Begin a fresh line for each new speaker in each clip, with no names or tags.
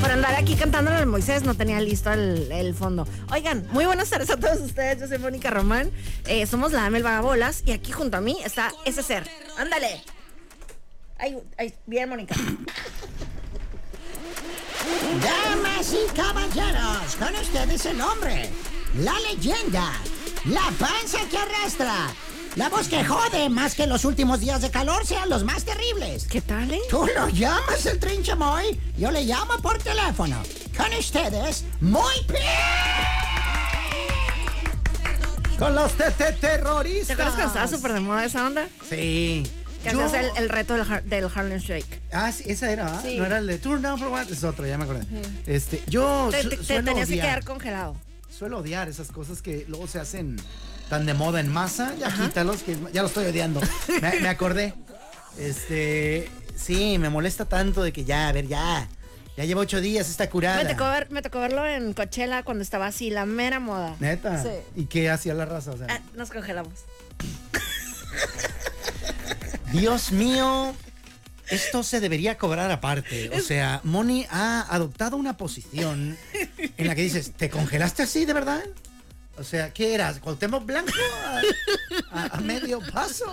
Por andar aquí cantándole al Moisés, no tenía listo el, el fondo. Oigan, muy buenas tardes a todos ustedes. Yo soy Mónica Román. Eh, somos la Dame el Vagabolas. Y aquí junto a mí está ese ser. Ándale. Ay, ay, bien, Mónica.
Damas y caballeros, con ustedes el hombre, la leyenda, la panza que arrastra, la voz que jode más que los últimos días de calor sean los más terribles.
¿Qué tal, eh?
Tú lo llamas el trinchamoy, yo le llamo por teléfono. Con ustedes, muy bien. Con los terroristas.
¿Te acuerdas cuando estaba súper de moda esa onda?
Sí.
Que
Yo-
hacías el, el reto del, har- del Harlem Shake.
Ah, sí, esa era, ¿ah?
Sí.
No era el de Turn Down for What, es otro, ya me acordé. Este, yo
Te,
su-
te- te
suelo,
tenías que
odiar,
quedar congelado.
suelo odiar esas cosas que luego se hacen tan de moda en masa. Ya quítalos, que ya lo estoy odiando. me, me acordé. Este, sí, me molesta tanto de que ya, a ver, ya. Ya lleva ocho días esta curada.
Me tocó, ver- me tocó verlo en Coachella cuando estaba así, la mera moda.
Neta.
Sí.
¿Y qué hacía la raza? O sea,
Ah, nos congelamos.
Dios mío, esto se debería cobrar aparte. O sea, Moni ha adoptado una posición en la que dices, ¿te congelaste así de verdad? O sea, ¿qué eras? ¿Cuauhtémoc Blanco? ¿A, a- a medio paso?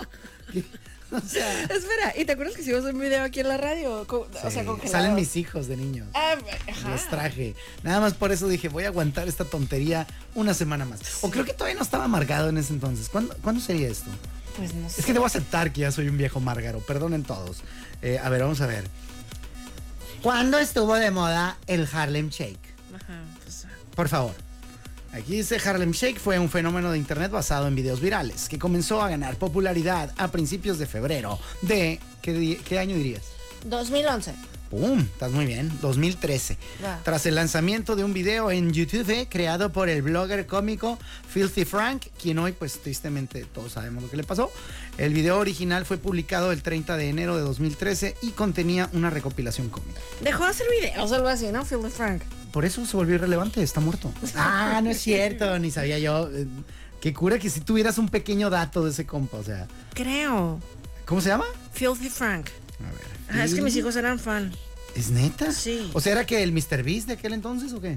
¿Qué? O sea,
Espera, ¿y te acuerdas que hicimos un video aquí en la radio? Co- O sea,
sí,
congelado.
salen mis hijos de niños.
Ah,
Les
ajá.
traje. Nada más por eso dije, voy a aguantar esta tontería una semana más. O creo que todavía no estaba amargado en ese entonces. ¿Cuándo, ¿cuándo sería esto?
Pues no sé.
Es que debo aceptar que ya soy un viejo márgaro, perdonen todos. Eh, a ver, vamos a ver. ¿Cuándo estuvo de moda el Harlem Shake?
Ajá, pues,
Por favor. Aquí dice Harlem Shake fue un fenómeno de internet basado en videos virales que comenzó a ganar popularidad a principios de febrero de... ¿Qué, di- qué año dirías?
2011.
¡Pum! Estás muy bien. 2013.
Wow.
Tras el lanzamiento de un video en YouTube eh, creado por el blogger cómico Filthy Frank, quien hoy, pues tristemente todos sabemos lo que le pasó. El video original fue publicado el 30 de enero de 2013 y contenía una recopilación cómica.
Dejó de hacer videos o algo así, ¿no? Phil Frank.
Por eso se volvió irrelevante, está muerto. Ah, no es cierto, ni sabía yo. Eh, Qué cura que si tuvieras un pequeño dato de ese compa, o sea.
Creo.
¿Cómo se llama?
Filthy Frank.
A ver.
Ajá, Ah, es que mis hijos eran fan.
¿Es neta?
Sí.
O sea, ¿era que el Mr. Beast de aquel entonces o qué?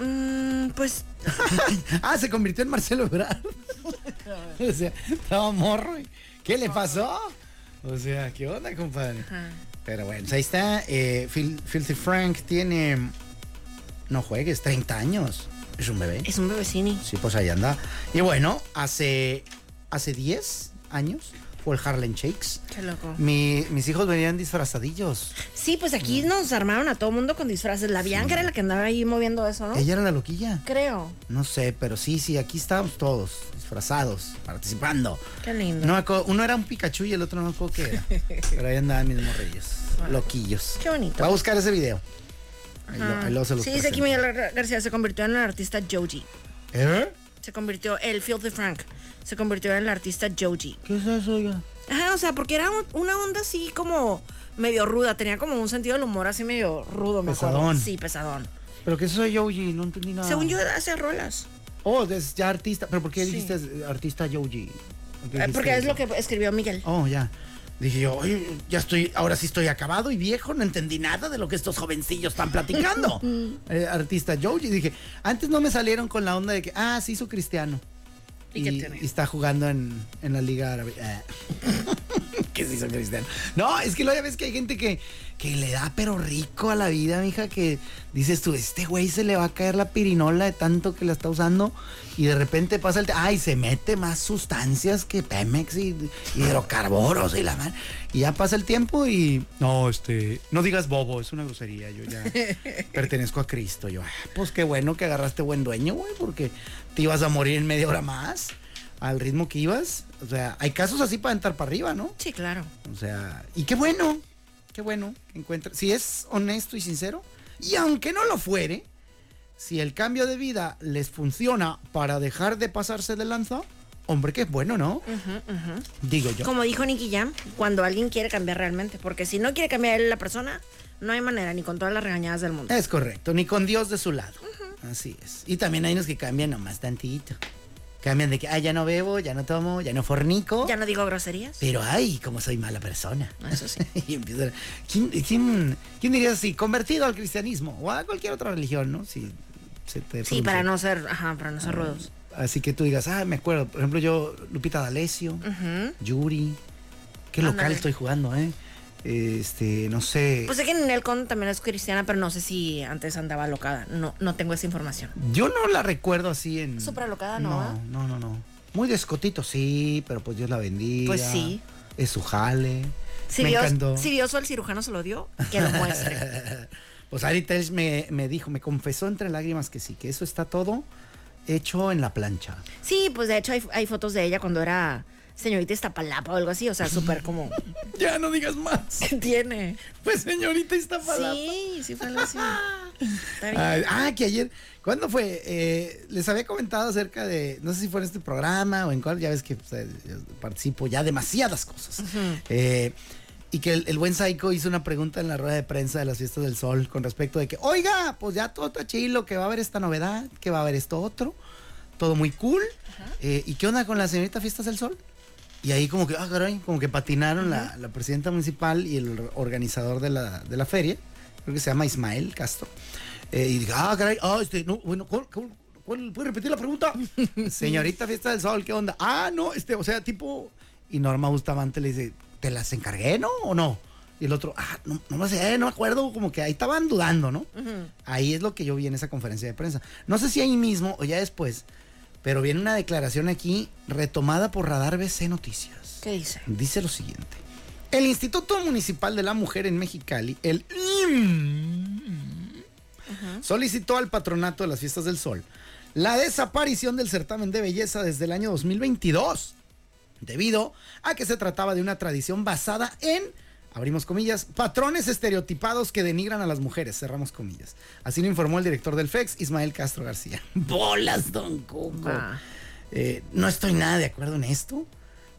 Mm, pues
ah, se convirtió en Marcelo Ebrard. o sea, estaba morro. ¿Qué le pasó? O sea, ¿qué onda, compadre?
Ajá.
Pero bueno, pues ahí está. eh, Phil- Filthy Frank tiene. No juegues, 30 años. Es un bebé.
es un bebecini.
Sí, pues ahí anda. Y bueno, hace. Hace 10 años fue el Harlem Shakes.
Qué loco.
Mi- mis hijos venían disfrazadillos.
Sí, pues aquí nos armaron a todo mundo con disfraces. La Bianca era la que andaba ahí moviendo eso, ¿no?
Ella era la loquilla.
Creo.
No sé, pero sí, sí, aquí estábamos todos disfrazados, participando.
Qué lindo.
No, me acuerdo, uno era un Pikachu y el otro no me acuerdo qué era. Pero ahí andaban mis morrillos. Loquillos.
Qué bonito.
Va a buscar ese video. Ahí lo- ahí luego se los
Ah, sí, dice aquí
presento.
Miguel Gar- García se convirtió en el artista Joji.
¿Eh?
Se convirtió, el Filthy Frank, se convirtió en el artista Joji.
¿Qué es eso, ya?
Ajá, o sea, porque era un- una onda así como medio ruda. Tenía como un sentido del humor así medio rudo, me acuerdo.
Pesadón. Ah.
Sí, pesadón.
¿Pero qué es eso de Yoji? No entendí nada.
Según yo, hace rolas.
Oh, es ya artista. ¿Pero por qué
Sí.
dijiste eh, artista Yoji? ¿Por qué
Eh,
dijiste
Porque es
eso?
lo que escribió Miguel.
Oh, ya. Dije yo, oye, ya estoy, ahora sí estoy acabado y viejo, no entendí nada de lo que estos jovencillos están platicando. Eh, artista Joji, dije, antes no me salieron con la onda de que, ah, sí, hizo cristiano.
¿Y qué tiene?
está jugando en, en la Liga Árabe. Eh. que sí son cristianos. No, es que luego ya ves que hay gente que, que le da pero rico a la vida, mija, que dices tú, este güey se le va a caer la pirinola de tanto que la está usando y de repente pasa el... te- Ay, se mete más sustancias que Pemex y hidrocarburos y la man. Y ya pasa el tiempo y... No, este... No digas bobo, es una grosería. Yo ya pertenezco a Cristo. Yo, "Ah, pues qué bueno que agarraste buen dueño, güey, porque te ibas a morir en media hora más al ritmo que ibas. O sea, hay casos así para entrar para arriba, ¿no?
Sí, claro.
O sea, y qué bueno, qué bueno que encuentra. Si es honesto y sincero, y aunque no lo fuere, si el cambio de vida les funciona para dejar de pasarse de lanza, hombre, que es bueno, ¿no? Digo yo.
Como dijo Nicky Jam, cuando alguien quiere cambiar realmente, porque si no quiere cambiar la persona, no hay manera, ni con todas las regañadas del mundo.
Es correcto, ni con Dios de su lado. Así es. Y también hay unos que cambian nomás tantito. Cambian de que, ah, ya no bebo, ya no tomo, ya no fornico.
Ya no digo groserías.
Pero ay, como soy mala persona.
Eso sí.
y empiezan. ¿quién, quién, quién diría así? Convertido al cristianismo o a cualquier otra religión, ¿no? Si se te
Sí,
pronuncia.
para no ser, ajá, para
Ah.
no ser rudos.
Así que tú digas, ah, me acuerdo. Por ejemplo, yo, Lupita D'Alessio, Yuri. Qué local
Ándale.
estoy jugando, ¿eh? Este, no sé.
Pues sé que Ninel Conde también es cristiana, pero no sé si antes andaba locada. No, no tengo esa información.
yo no la recuerdo así en.
Superalocada, ¿no, ah?
No, no, no, no. Muy de escotito, sí, pero pues Dios la bendiga.
Pues sí.
Es su jale.
Si
me encantó.
Dios, si Dios o el cirujano se lo dio, que lo muestre.
Pues ahorita él me, me dijo, me confesó entre lágrimas que sí, que eso está todo hecho en la plancha.
Sí, pues de hecho hay, hay fotos de ella cuando era señorita Iztapalapa o algo así, o sea, súper como...
Ya no digas más.
tiene?
Pues señorita está
Sí, sí fue algo así. Está bien.
Ah, que ayer, ¿cuándo fue? Eh, les había comentado acerca de, no sé si fue en este programa o en cuál, ya ves que pues, eh, yo participo ya demasiadas cosas. Eh, y que el, el buen Psycho hizo una pregunta en la rueda de prensa de las fiestas del sol con respecto de que, oiga, pues ya todo está chilo, que va a haber esta novedad, que va a haber esto otro, todo muy cool. Eh, ¿Y qué onda con la señorita Fiestas del Sol? Y ahí como que, ah, caray, como que patinaron la, la presidenta municipal y el or- organizador de la, de la feria, creo que se llama Ismael Castro. Eh, y dije, ah, caray, ah, este, no, bueno, ¿cuál, cuál- cuál- puede repetir la pregunta? Señorita Fiesta del Sol, ¿qué onda? Ah, no, este, o sea, tipo... Y Norma Bustamante le dice, ¿te las encargué, no? ¿O no? Y el otro, ah, no, no me sé, no me acuerdo, como que ahí estaban dudando, ¿no? Ahí es lo que yo vi en esa conferencia de prensa. No sé si ahí mismo o ya después, pero viene una declaración aquí retomada por Radar BC Noticias.
¿Qué dice?
Dice lo siguiente. El Instituto Municipal de la Mujer en Mexicali, el IM, solicitó al patronato de las fiestas del sol la desaparición del certamen de belleza desde el año 2022, debido a que se trataba de una tradición basada en, abrimos comillas, patrones estereotipados que denigran a las mujeres, cerramos comillas. Así lo informó el director del FEX, Ismael Castro García. Bolas, don Cuco.
Ah.
Eh, no estoy nada de acuerdo en esto.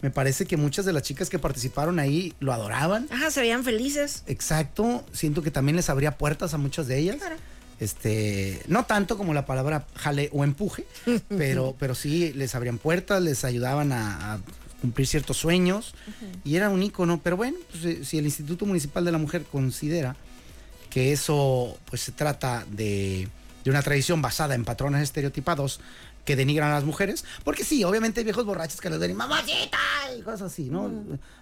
Me parece que muchas de las chicas que participaron ahí lo adoraban.
Ajá, se veían felices.
Exacto. Siento que también les abría puertas a muchas de ellas.
Claro.
Este, no tanto como la palabra jale o empuje, pero, pero sí les abrían puertas, les ayudaban a, a cumplir ciertos sueños y era un ícono. Pero bueno, pues, eh, si el Instituto Municipal de la Mujer considera que eso pues se trata de, de una tradición basada en patrones estereotipados que denigran a las mujeres, porque sí, obviamente hay viejos borrachos que les den mamacita y cosas así, ¿no?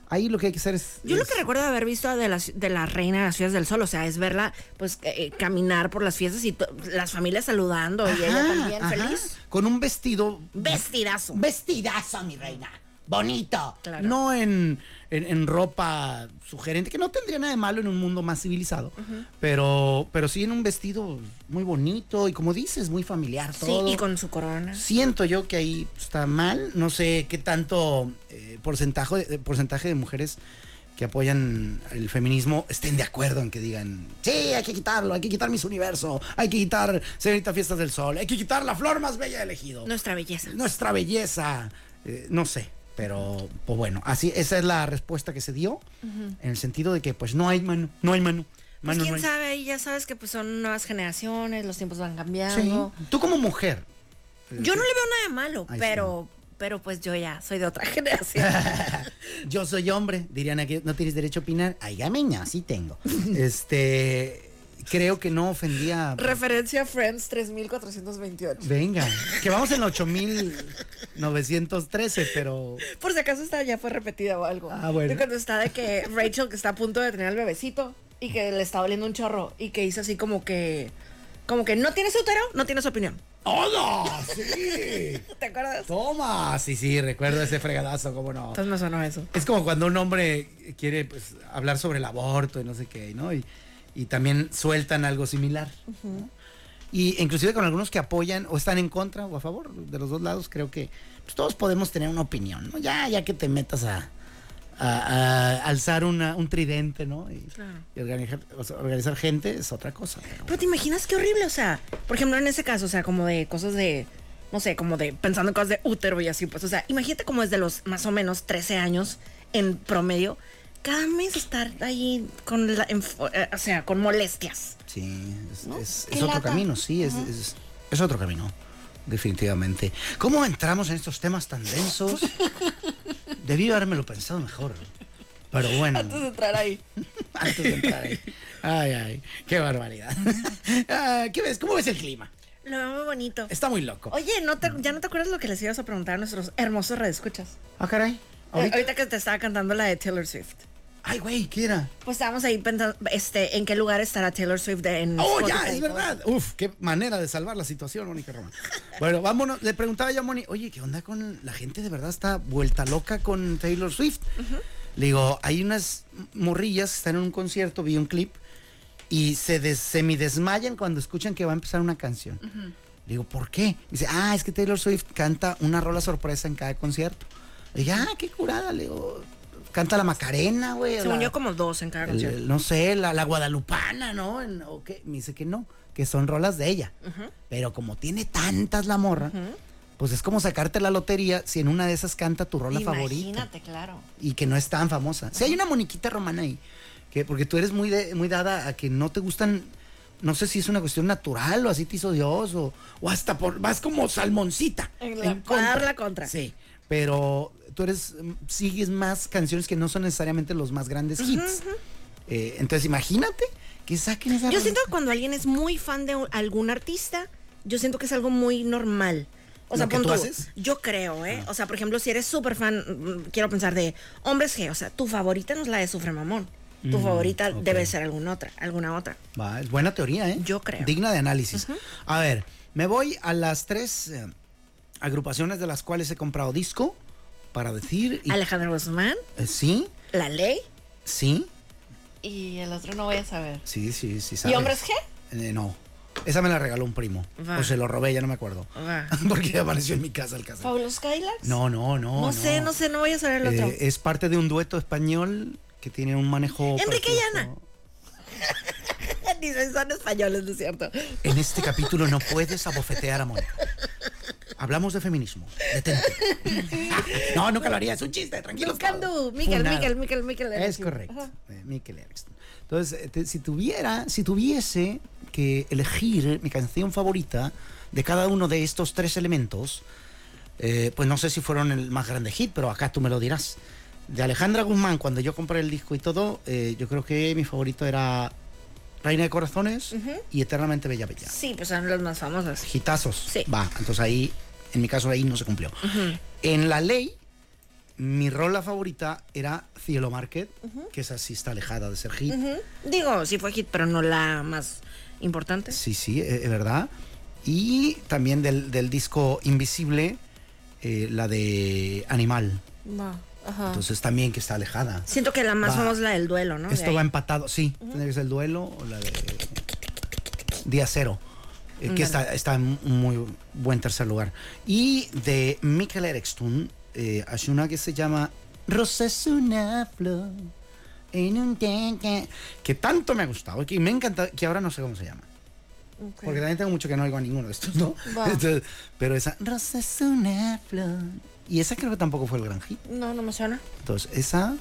Ahí lo que hay que hacer es...
Yo lo
es-
que recuerdo de haber visto de la, de la reina de las fiestas del sol, o sea, es verla pues eh, caminar por las fiestas y to- las familias saludando y ella
Ajá,
también
ajá.
feliz.
Con un vestido.
Vestidazo.
Vestidazo, mi reina. Bonito.
Claro.
No en, en- en ropa sugerente, que no tendría nada de malo en un mundo más civilizado. pero, pero sí en un vestido muy bonito y, como dices, muy familiar
Sí,
todo.
y con su corona.
Siento yo que ahí está mal. No sé qué tanto eh, porcentaje, de- porcentaje de mujeres que apoyan el feminismo estén de acuerdo en que digan, sí, hay que quitarlo, hay que quitar mis universo, hay que quitar Señorita Fiestas del Sol, hay que quitar la flor más bella del ejido.
Nuestra belleza.
Nuestra belleza. Eh, no sé, pero pues bueno, así esa es la respuesta que se dio en el sentido de que pues no hay mano, no hay mano.
Pues
mano no
quién
hay.
sabe, ahí ya sabes que pues son nuevas generaciones, los tiempos van cambiando.
Sí. Tú como mujer,
Yo no le veo nada de malo,
Ahí
pero pero pues yo ya soy de otra generación.
Yo soy hombre, dirían aquí, no tienes derecho a opinar. Ay, ya meña, sí tengo. Este, creo que no ofendía.
Referencia Friends 3428.
Venga, que vamos en 8913, pero
Por si acaso esta ya fue repetida o algo.
Ah, bueno.
De cuando está de que Rachel que está a punto de tener al bebecito y que le está oliendo un chorro y que dice así como que como que no tienes útero, no tienes opinión.
¡Hola! ¡Sí!
¿Te acuerdas?
¡Toma! Sí, sí, recuerdo ese fregadazo, cómo no.
Entonces me sonó eso.
Es como cuando un hombre quiere pues, hablar sobre el aborto y no sé qué, ¿no? Y, y también sueltan algo similar. ¿no? Y inclusive con algunos que apoyan o están en contra o a favor de los dos lados, creo que pues, todos podemos tener una opinión, ¿no? Ya, ya que te metas a, a- a alzar una- un tridente, ¿no? Y,
Claro.
y organizar, o sea, organizar gente es otra cosa. pero-
Pero te imaginas qué horrible, o sea, por ejemplo, en ese caso, o sea, como de cosas de, no sé, como de pensando en cosas de útero y así, pues, o sea, imagínate como desde los más o menos 13 años en promedio, cada mes estar ahí con, la, en- eh, o sea, con molestias.
Sí, es, es-
Qué
es otro
lata.
camino, sí, es, es- es otro camino, definitivamente. ¿Cómo entramos en estos temas tan densos? Debí habérmelo pensado mejor. Pero bueno,
Antes de entrar ahí.
antes de entrar ahí. Ay, ay, qué barbaridad. Ah, ¿Qué ves? ¿Cómo ves el clima?
Lo veo muy bonito.
Está muy loco.
Oye, ¿no te- ¿ya no te acuerdas lo que les ibas a preguntar a nuestros hermosos redescuchas?
Ah, caray.
Eh, Ahorita,
Ahorita-
que te estaba cantando la de Taylor Swift.
Ay, güey, ¿qué era?
Pues estábamos ahí pensando este, en qué lugar estará Taylor Swift en
Oh, ya,
Spotify
es
y todo
verdad. Uf, qué manera de salvar la situación, Mónica Román. Bueno, vámonos. Le preguntaba yo a Moni, oye, ¿qué onda con la gente de verdad está vuelta loca con Taylor Swift? Le digo, hay unas morrillas que están en un concierto, vi un clip, y se des- semidesmayan cuando escuchan que va a empezar una canción. Le digo, ¿por qué? Dice, ah, es que Taylor Swift canta una rola sorpresa en cada concierto. Le dije, ah, qué curada. Le digo, canta la Macarena, güey. o
Según
la-
yo, como dos en cada
el-
concierto.
no sé, la, la guadalupana, ¿no? En- o qué, Me dice que no, que son rolas de ella. Pero como tiene tantas la morra, pues es como sacarte la lotería si en una de esas canta tu rola favorita
Imagínate, claro.
y que no es tan famosa. Si hay una moniquita romana ahí, que porque tú eres muy, de- muy dada a que no te gustan, no sé si es una cuestión natural o así te hizo Dios o, o hasta por, vas como salmoncita.
En la- para dar la contra.
Sí, pero tú eres, mm, sigues más canciones que no son necesariamente los más grandes hits. Eh, entonces imagínate que saquen esa
Yo
rolita.
siento que cuando alguien es muy fan de un- algún artista, yo siento que es algo muy normal. O
¿Lo
sea,
que
pon
tú
tú,
haces? Ah.
yo creo, ¿eh? O sea, por ejemplo, si eres súper fan, mm, quiero pensar de hombres G, o sea, tu favorita no es la de Sufre Mamón. Tu favorita
Mm, ok.
debe ser alguna otra, alguna otra.
Va, es buena teoría, ¿eh?
Yo creo.
Digna de análisis. A ver, me voy a las tres eh, agrupaciones de las cuales he comprado disco para decir. y-
Alejandro Guzmán,
eh, sí,
La Ley
sí,
y el otro no voy a saber.
sí, sí, sí.
¿Y
sabes.
hombres G?
Eh, no. Esa me la regaló un primo.
Va.
O se lo robé, ya no me acuerdo.
Va.
Porque apareció en mi casa el cassette.
¿Fabulous Cadillacs?
No, no, no.
No, sé, no sé, no voy a saber el otro.
Eh, es parte de un dueto español que tiene un manejo.
Enrique
precioso.
Llana. Dicen, son españoles, ¿no es cierto?
En este capítulo no puedes abofetear a Mónica. Hablamos de feminismo. Detente. No, nunca lo haría. Es un chiste. Tranquilo.
Buscando Miquel,
Funado.
Miquel, Miquel, Miquel.
Es
Erickson.
correcto.
Ajá.
eh, Miquel Erickson. Entonces, eh, te- si tuviera, si tuviese que elegir mi canción favorita de cada uno de estos tres elementos, eh, pues no sé si fueron el más grande hit, pero acá tú me lo dirás. De Alejandra Guzmán, cuando yo compré el disco y todo, eh, yo creo que mi favorito era Reina de Corazones y Eternamente Bella Bella.
Sí, pues son los más famosos.
Hitazos.
Sí.
Va, entonces ahí, en mi caso, ahí no se cumplió. En la ley, mi rola favorita era Cielo Market, que esa sí está alejada de ser hit.
Ujú. Digo, sí fue hit, pero no la más importante.
Sí, sí, e, es verdad. Y también del, del disco Invisible, eh, la de Animal.
No. Ajá.
Entonces también que está alejada.
Siento que la más
Va.
famosa es la del duelo, ¿no? De
Esto
ahí.
va empatado, sí. Tiene que ser el duelo o la de Día Cero, eh, que está, está en un muy buen tercer lugar. Y de Michael Erickson, eh, hay una que se llama Rosa es una flor en un tanque", que tanto me ha gustado, que me encanta, que ahora no sé cómo se llama.
Ok.
Porque también tengo mucho que no oigo a ninguno de estos, ¿no?
Va.
Entonces, pero esa, Rosa es una flor. Y esa creo que tampoco fue el gran hit.
No, no me suena.
Entonces, esa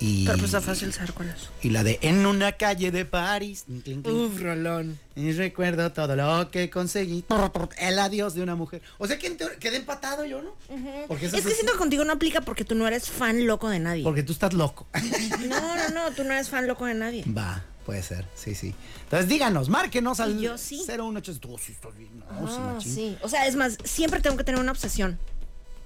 y...
Pero pues está fácil saber cuál es.
Y la de En una calle de París. Clink, clink, clink.
Uf, Rolón.
Y recuerdo todo lo que conseguí. Tor, tor, El adiós de una mujer. O sea que en teoría quedé empatado yo, ¿no? Porque
Es
esas
que
es-
siento que contigo no aplica porque tú no eres fan loco de nadie.
Porque tú estás loco.
No, no, no, tú no eres fan loco de nadie.
Va. Puede ser, sí, sí. Entonces díganos, márquenos al
yo sí.
0182. Sí, estás bien, no, sí,
Ah,
machín.
sí. O sea, es más, siempre tengo que tener una obsesión.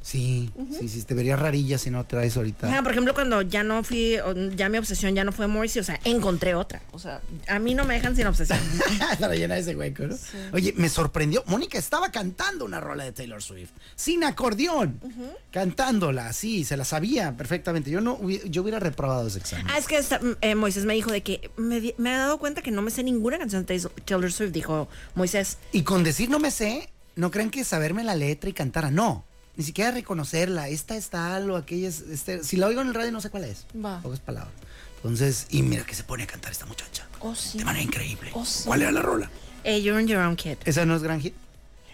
Sí, sí, sí, te verías rarilla si no traes ahorita.
Ajá, por ejemplo, cuando ya no fui, o ya mi obsesión ya no fue Morrissey, o sea, encontré otra. O sea, a mí no me dejan sin obsesión.
Para llenar ese hueco, ¿no? Oye, me sorprendió. Mónica estaba cantando una rola de Taylor Swift, sin acordeón, cantándola, sí, se la sabía perfectamente. Yo no hubi- yo hubiera reprobado ese examen.
Ah, es que esta- eh, Moisés me dijo de que me, di- me he dado cuenta que no me sé ninguna canción de Taylor- Taylor Swift, dijo Moisés.
Y con decir no me sé, no crean que saberme la letra y cantarla, no. Ni siquiera reconocerla, esta es tal o aquella es... este- si la oigo en el radio no sé cuál es.
Va.
Pocas palabras. Entonces, y mira que se pone a cantar esta muchacha.
Oh, sí.
De manera increíble.
Oh, sí.
¿Cuál era la rola?
Eh, You're on Your Own Kid.
Esa no es gran hit.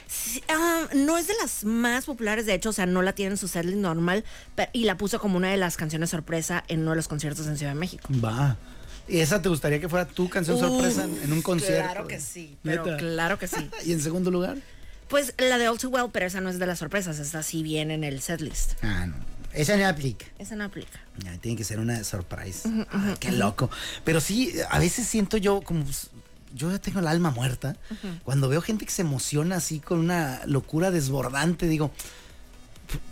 Sí, ah, no es de las más populares, de hecho, o sea, no la tiene en su setlist normal, pero- y la puso como una de las canciones sorpresa en uno de los conciertos en Ciudad de México.
Va. ¿Y esa te gustaría que fuera tu canción sorpresa en
Uf,
en un concierto?
Claro que sí, pero
Neta.
claro que sí.
¿Y en segundo lugar?
Pues la de All Too Well, pero esa no es de las sorpresas, esa sí viene en el setlist.
Ah, no. Esa no aplica.
Esa no aplica.
Ah, Tiene que ser una surprise. Ah, qué loco. Pero sí, a veces siento yo como... pues, Yo ya tengo el alma muerta. Cuando veo gente que se emociona así con una locura desbordante, digo...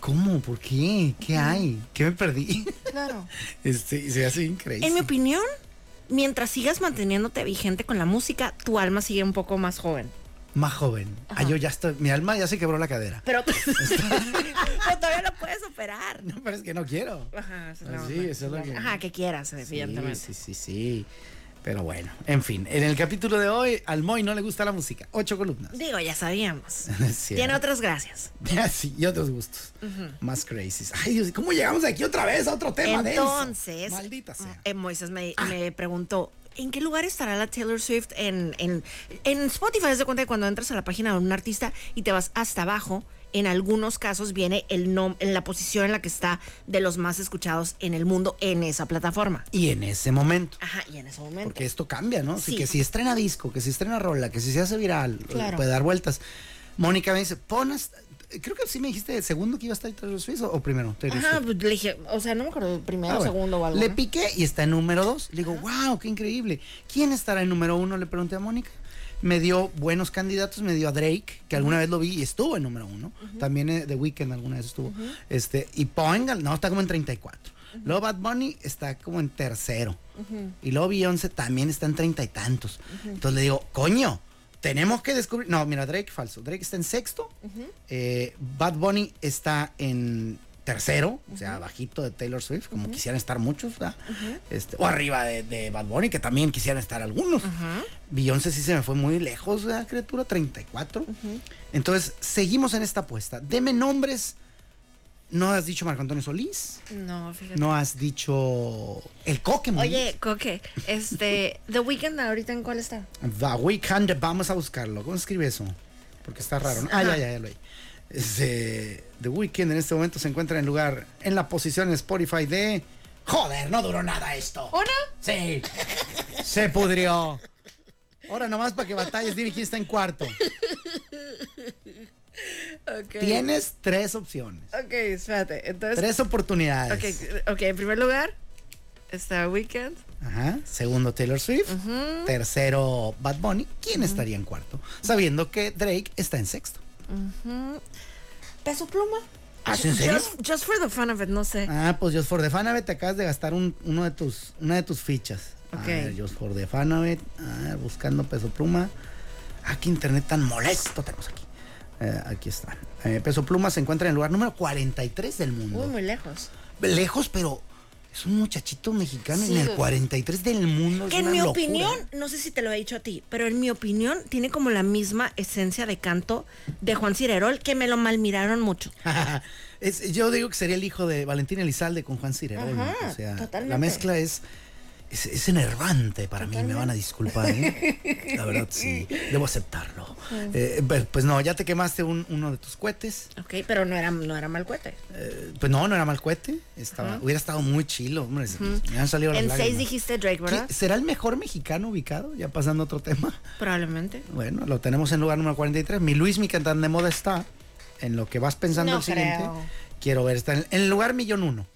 ¿Cómo? ¿Por qué? ¿Qué hay? ¿Qué me perdí?
Claro.
Este, y se hace increíble.
En mi opinión, mientras sigas manteniéndote vigente con la música, tu alma sigue un poco más joven.
Más joven. Ah, yo ya estoy... Mi alma ya se quebró la cadera.
Pero, pero todavía lo puedes operar.
No, pero es que no quiero.
Ajá, esa es
Ah,
la
sí,
onda.
eso es lo que-
Ajá, que quieras, evidentemente.
Sí, sí, sí, sí. Pero bueno, en fin, en el capítulo de hoy, al Moy no le gusta la música. Ocho columnas.
Digo, ya sabíamos.
Es cierto.
Tiene otras gracias.
Sí, y otros gustos. Más crazies. Ay, Dios, ¿cómo llegamos aquí otra vez a otro tema denso?
Entonces,
Maldita sea.
eh, Moisés me, me preguntó, ¿en qué lugar estará la Taylor Swift en, en, en Spotify? Haz de cuenta que cuando entras a la página de un artista y te vas hasta abajo, en algunos casos viene el nom- en la posición en la que está de los más escuchados en el mundo en esa plataforma.
Y en ese momento.
Ajá, y en ese momento.
Porque esto cambia, ¿no? Así
Sí.
que si estrena disco, que si estrena rola, que si se hace viral, eh,
Claro.
puede dar vueltas. Mónica me dice, pon hasta- Creo que sí me dijiste el segundo que iba a estar Taylor Swift o, o primero. Taylor
Ajá,
Swift.
pues, le dije, o sea, no me acuerdo, primero,
Ah, bueno.
segundo o algo.
Le
¿no?
piqué y está en número dos. Le digo, wow, qué increíble. ¿Quién estará en número uno? Le pregunté a Mónica. Me dio buenos candidatos, me dio a Drake, que alguna vez lo vi y estuvo en número uno. También eh, The Weeknd alguna vez estuvo. este, y Poengal, no, está como en 34. Luego Bad Bunny está como en tercero. Y luego Beyoncé también está en treinta y tantos. Entonces le digo, coño, tenemos que descubrir. No, mira, Drake falso. Drake está en sexto. Eh, Bad Bunny está en tercero, o sea, bajito de Taylor Swift, como quisieran estar muchos, ¿verdad? Este, o arriba de, de Bad Bunny, que también quisieran estar algunos. Beyoncé sí se me fue muy lejos, ¿verdad, criatura? 34. Entonces, seguimos en esta apuesta. Deme nombres. No has dicho Marco Antonio Solís.
No, fíjate.
No has dicho el Coque. Muñiz.
Oye, Coque, este, The Weeknd ahorita en cuál está?
The Weeknd, vamos a buscarlo. ¿Cómo se escribe eso? Porque está raro. ¿no? Ah, ya, ya, ya lo hay. Este, The Weeknd en este momento se encuentra en lugar, en la posición en Spotify de. Joder, no duró nada esto.
¿Una?
Sí. Se pudrió. Ahora nomás para que batalles, dime quién está en cuarto.
Ok.
Tienes tres opciones.
Ok, espérate. Entonces,
Tres oportunidades.
Ok, ok, en primer lugar está Weekend.
Ajá. Segundo, Taylor Swift. Tercero, Bad Bunny. ¿Quién estaría en cuarto? Sabiendo que Drake está en sexto.
¿Peso pluma?
¿Ah, sí, en serio?
Just, just for the fun of it, no sé.
Ah, pues Just for the Fanabet, te acabas de gastar un- uno de tus, una de tus fichas. Ah,
Ok.
A ver, Just for the Fanabet, a ver, ah, buscando peso pluma. Ah, qué internet tan molesto tenemos aquí. Eh, aquí está. Eh, peso pluma se encuentra en el lugar número 43 del mundo.
Uy, muy lejos.
Lejos, pero es un muchachito mexicano
Sí,
en el
güey.
43 del mundo. es
Que en
una
mi
locura.
opinión, no sé si te lo he dicho a ti, pero en mi opinión tiene como la misma esencia de canto de Juan Cirerol, que me lo malmiraron mucho.
Es- yo digo que sería el hijo de Valentín Elizalde con Juan Cirero.
Ajá,
o sea,
totalmente.
la mezcla es, es, es enervante para mí, me van a disculpar. ¿eh? La verdad, sí, debo aceptarlo. Eh, pero, pues no, ya te quemaste un- uno de tus cohetes.
Ok, pero no era, no era mal cohete.
Eh, pues no, no era mal cohete. Estaba, hubiera estado muy chilo. hombre, se- me han salido las
En seis
lágrimas.
dijiste Drake, ¿verdad?
¿Qui- ¿Será el mejor mexicano ubicado? Ya pasando a otro tema.
Probablemente.
Bueno, lo tenemos en lugar número 43. Mi Luis, mi cantante de moda está en lo que vas pensando
No
el siguiente.
creo.
Quiero ver, está en en el lugar millón uno.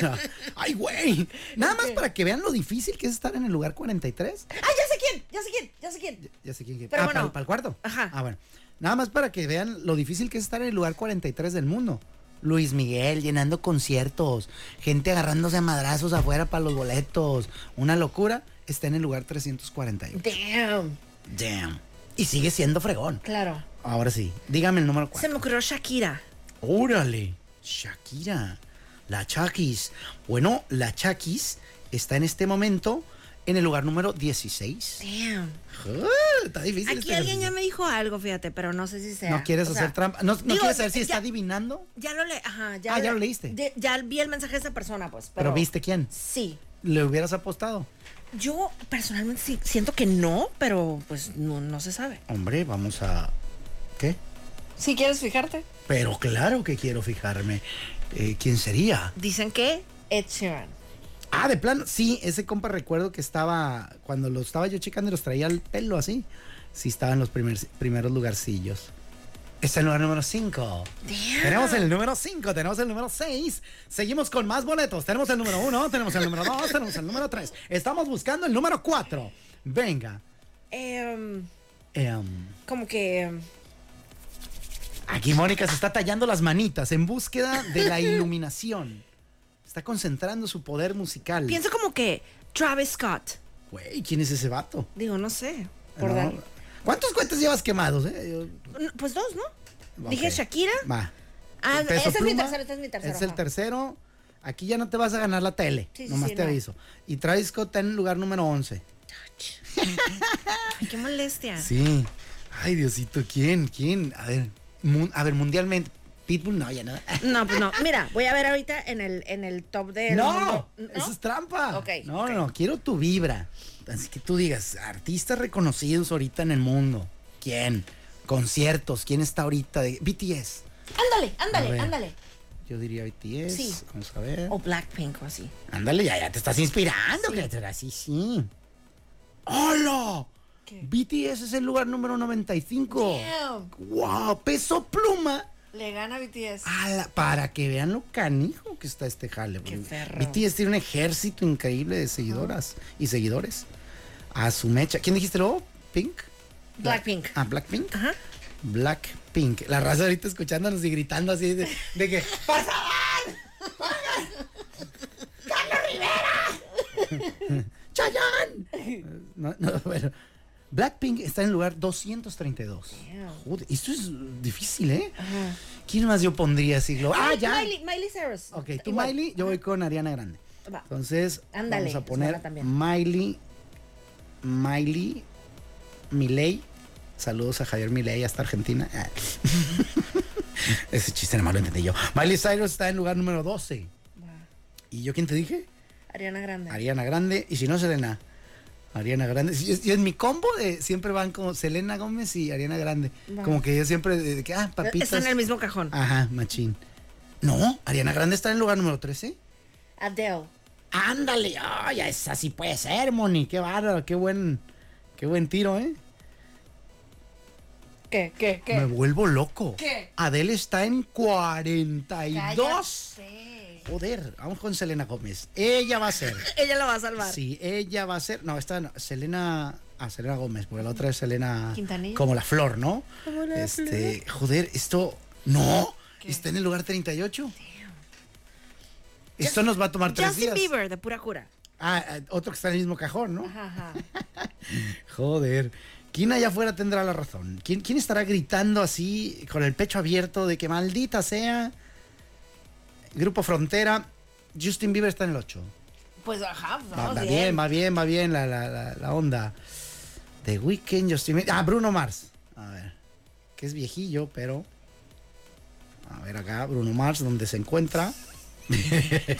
No. Ay, güey. Nada más para que vean lo difícil que es estar en el lugar 43.
¡Ah, ya sé quién! ¡Ya sé quién! ¡Ya sé quién!
Ya sé quién.
Pero
ah,
bueno.
para, el cuarto.
Ajá.
Ah, bueno. Nada más para que vean lo difícil que es estar en el lugar 43 del mundo. Luis Miguel llenando conciertos, gente agarrándose a madrazos afuera para los boletos. Una locura. Está en el lugar 341.
Damn.
Damn. Y sigue siendo fregón.
Claro.
Ahora sí, dígame el número 4.
Se me ocurrió Shakira.
Órale, Shakira, la Chakis. Bueno, la Chakis está en este momento en el lugar número 16.
Damn.
Ah, Está difícil.
Aquí
este
alguien
ejercicio.
ya me dijo algo, fíjate, pero no sé si sea.
¿No quieres
o sea,
hacer trampa? ¿No, no
digo,
quieres saber si
ya-
está adivinando?
Ya lo le, ajá, ya.
Ah, ya lo leíste.
de- ya vi el mensaje de esa persona, pues. Pero,
Pero, viste quién.
Sí.
¿Le hubieras apostado?
Yo personalmente sí, siento que no, pero pues no, no se sabe.
Hombre, vamos a... ¿Qué?
Si quieres fijarte.
Pero claro que quiero fijarme. Eh, ¿Quién sería?
Dicen que Ed Sheeran.
Ah, de plano. Sí, ese compa recuerdo que estaba, cuando lo estaba yo checando, los traía el pelo así. Sí, estaba en los primer- primeros lugarcillos. Está el lugar número 5. Tenemos el número 5, tenemos el número 6. Seguimos con más boletos. Tenemos el número 1, tenemos el número 2, tenemos el número 3. Estamos buscando el número 4. Venga.
Em,
Em,
como que. em,
aquí Mónica se está tallando las manitas en búsqueda de la iluminación. Está concentrando su poder musical.
Pienso como que Travis Scott.
Güey, ¿quién es ese vato?
Digo, no sé. Por
No.
dar-
¿Cuántos cuentos llevas quemados? eh?
No, Pues dos, ¿no?
Yo-
Dije
ok.
Shakira.
Va.
Ah, ese
Peso
es mi
pluma,
tercero, este es mi tercero.
Es el
ajá.
tercero. Aquí ya no te vas a ganar la tele.
Sí, sí,
nomás
sí,
te
no.
aviso. Y Travis Scott está en el lugar número 11.
Ay, qué molestia.
Sí. Ay, Diosito, ¿quién? ¿Quién? A ver, mun- a ver mundialmente. Pitbull, no, ya no.
No, pues no. Mira, voy a ver ahorita en el, en el top de.
¡No! Eso es trampa.
Ok,
no,
ok.
no, no, quiero tu vibra. Así que tú digas, artistas reconocidos ahorita en el mundo. ¿Quién? Conciertos, ¿quién está ahorita? De... BTS.
Ándale,
A
ándale,
ver.
ándale.
Yo diría BTS.
Sí.
Vamos a ver.
O Blackpink o así.
Ándale, ya, ya te estás inspirando, criatura. Sí, sí. ¡Hola!
¿Qué?
BTS es el lugar número 95.
Damn.
¡Wow! Peso pluma.
Le gana BTS.
A la- para que vean lo canijo que está este jale.
Qué
porque
perro.
BTS tiene un ejército increíble de seguidoras y seguidores. A su mecha. ¿Quién dijiste luego? ¿Pink?
Blackpink.
Ah, Blackpink.
Ajá.
Blackpink. La raza ahorita escuchándonos y gritando así de, de que ¡Pasa! ¡Chayán! No, no, bueno. Blackpink está en el lugar 232.
Damn.
Joder, esto es uh, difícil, ¿eh? ¿Quién más yo pondría siglo? ¡Ah,
Ay,
ya!
Miley, Miley Cyrus.
Ok, tú
Igual.
Miley, yo voy con Ariana Grande.
Va.
Entonces,
Ándale,
vamos a
es
poner
buena también.
Miley, Miley, Miley. Saludos a Javier Milei hasta Argentina. Ah. Ese chiste nada más lo entendí yo. Miley Cyrus está en lugar número 12.
Va.
¿Y yo quién te dije?
Ariana Grande.
Ariana Grande. Y si no, Selena. Ariana Grande. Y es- y en mi combo de, siempre van como Selena Gómez y Ariana Grande.
Va.
Como que yo siempre, de, de que, ah, papitas. Ah.
Está en el mismo cajón.
Ajá, machín. No, Ariana Grande está en el lugar número 13.
Adele.
Ándale, ay, esa sí puede ser, Moni. Qué bárbaro, qué buen, qué buen tiro, ¿eh?
¿Qué? ¿Qué?
Me
¿Qué?
vuelvo loco.
¿Qué?
Adele está en 42.
Cállate.
Joder, vamos con Selena Gómez. Ella va a ser.
Ella lo va a salvar.
Sí, ella va a ser. No, esta no, Selena. Ah, Selena Gómez, porque la otra es Selena.
Quintanilla.
Como la flor, ¿no?
Como la
este, joder, esto. No.
¿Qué?
Está en el lugar 38. Esto nos va a tomar tres
Justin
días.
Bieber, de pura cura.
Ah, ah, otro que está en el mismo cajón, ¿no?
Ajá, ajá.
Joder. ¿Quién allá afuera tendrá la razón? ¿Quién, quién estará gritando así, con el pecho abierto, de que maldita sea? Grupo Frontera, Justin Bieber está en el 8.
Pues ajá, pues,
Va,
vamos
va bien.
bien.
va bien, va bien la, la- la- la onda. The Weeknd, Justin Bieber. Ah, Bruno Mars. A ver. Que es viejillo, pero. A ver acá, Bruno Mars, donde se encuentra.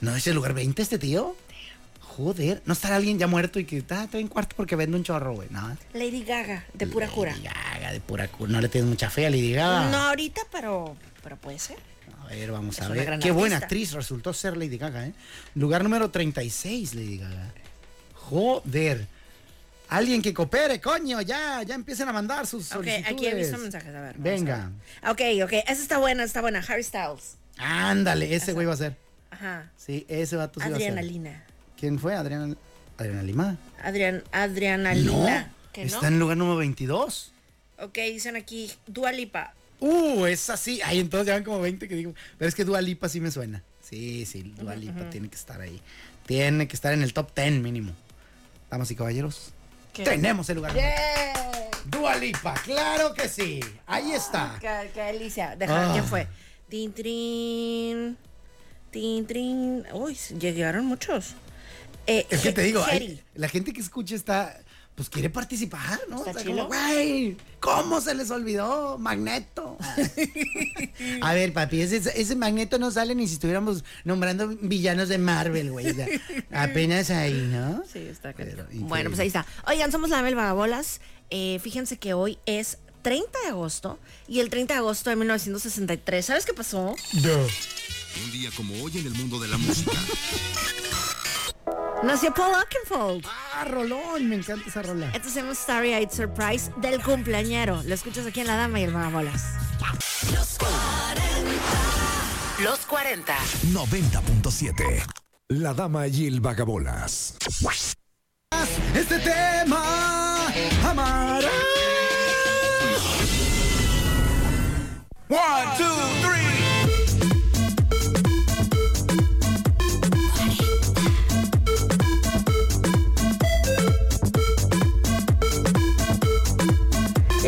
no, es el lugar 20 este tío. Joder, ¿no estará alguien ya muerto y que está estoy en cuarto porque vende un chorro, güey? Nada.
Lady Gaga, de pura cura.
Lady Gaga, de pura cura. No le tienes mucha fe a Lady Gaga.
No ahorita, pero, pero puede ser.
A ver, vamos
Es
a
una
ver.
gran
Qué buena
artista.
actriz resultó ser Lady Gaga, ¿eh? Lugar número 36, Lady Gaga. Joder. Alguien que coopere, coño, ya, ya empiecen a mandar sus
Ok,
solicitudes.
aquí he visto mensajes, a ver. vamos
Venga.
a ver. Ok, ok, esa está buena, está buena. Harry Styles.
Ándale, ese güey va a ser.
Ajá.
Sí, ese vato Pues sí va a ser.
Adrenalina.
¿Quién fue? Adriana, Adriana Lima.
Adrián, adrenalina. ¿Que no?
está en lugar número 22.
Ok, dicen aquí, Dualipa.
Uh, es así. Ay, entonces ya van como 20 que digo. Pero es que Dua Lipa sí me suena. Sí, sí, Dua Lipa tiene que estar ahí. Tiene que estar en el top 10 mínimo. Damas y caballeros, tenemos el lugar. número- Dua Lipa, claro que sí. Ahí está.
Qué, qué delicia. Deja,
Ah.
¿quién fue? Tin, trin. Tin, trin. Uy, llegaron muchos. Eh,
Es que te digo, hay-
Geri.
la gente que escucha está, pues quiere participar, ¿no?
Está
Está
chilo.
como, güey, ¿cómo se les olvidó? Magneto. A ver, papi, ese, ese magneto no sale ni si estuviéramos nombrando villanos de Marvel, güey. O sea, apenas ahí, ¿no?
Sí, está
Pero,
cañón.
increíble.
Bueno, pues ahí está. Oigan, somos la Mel Vagabolas. Eh, fíjense que hoy es 30 de agosto y el 30 de agosto de 1963. ¿Sabes qué pasó?
Un día como hoy en el mundo de la música.
Nació Paul Oakenfold.
Ah, Rolón, me encanta esa rola.
Esto se llama Starry Eyed Surprise del cumpleañero. Lo escuchas aquí en La Dama y el Vagabolas.
Los 40
90.7. La Dama y el Vagabolas.
Este tema, amará.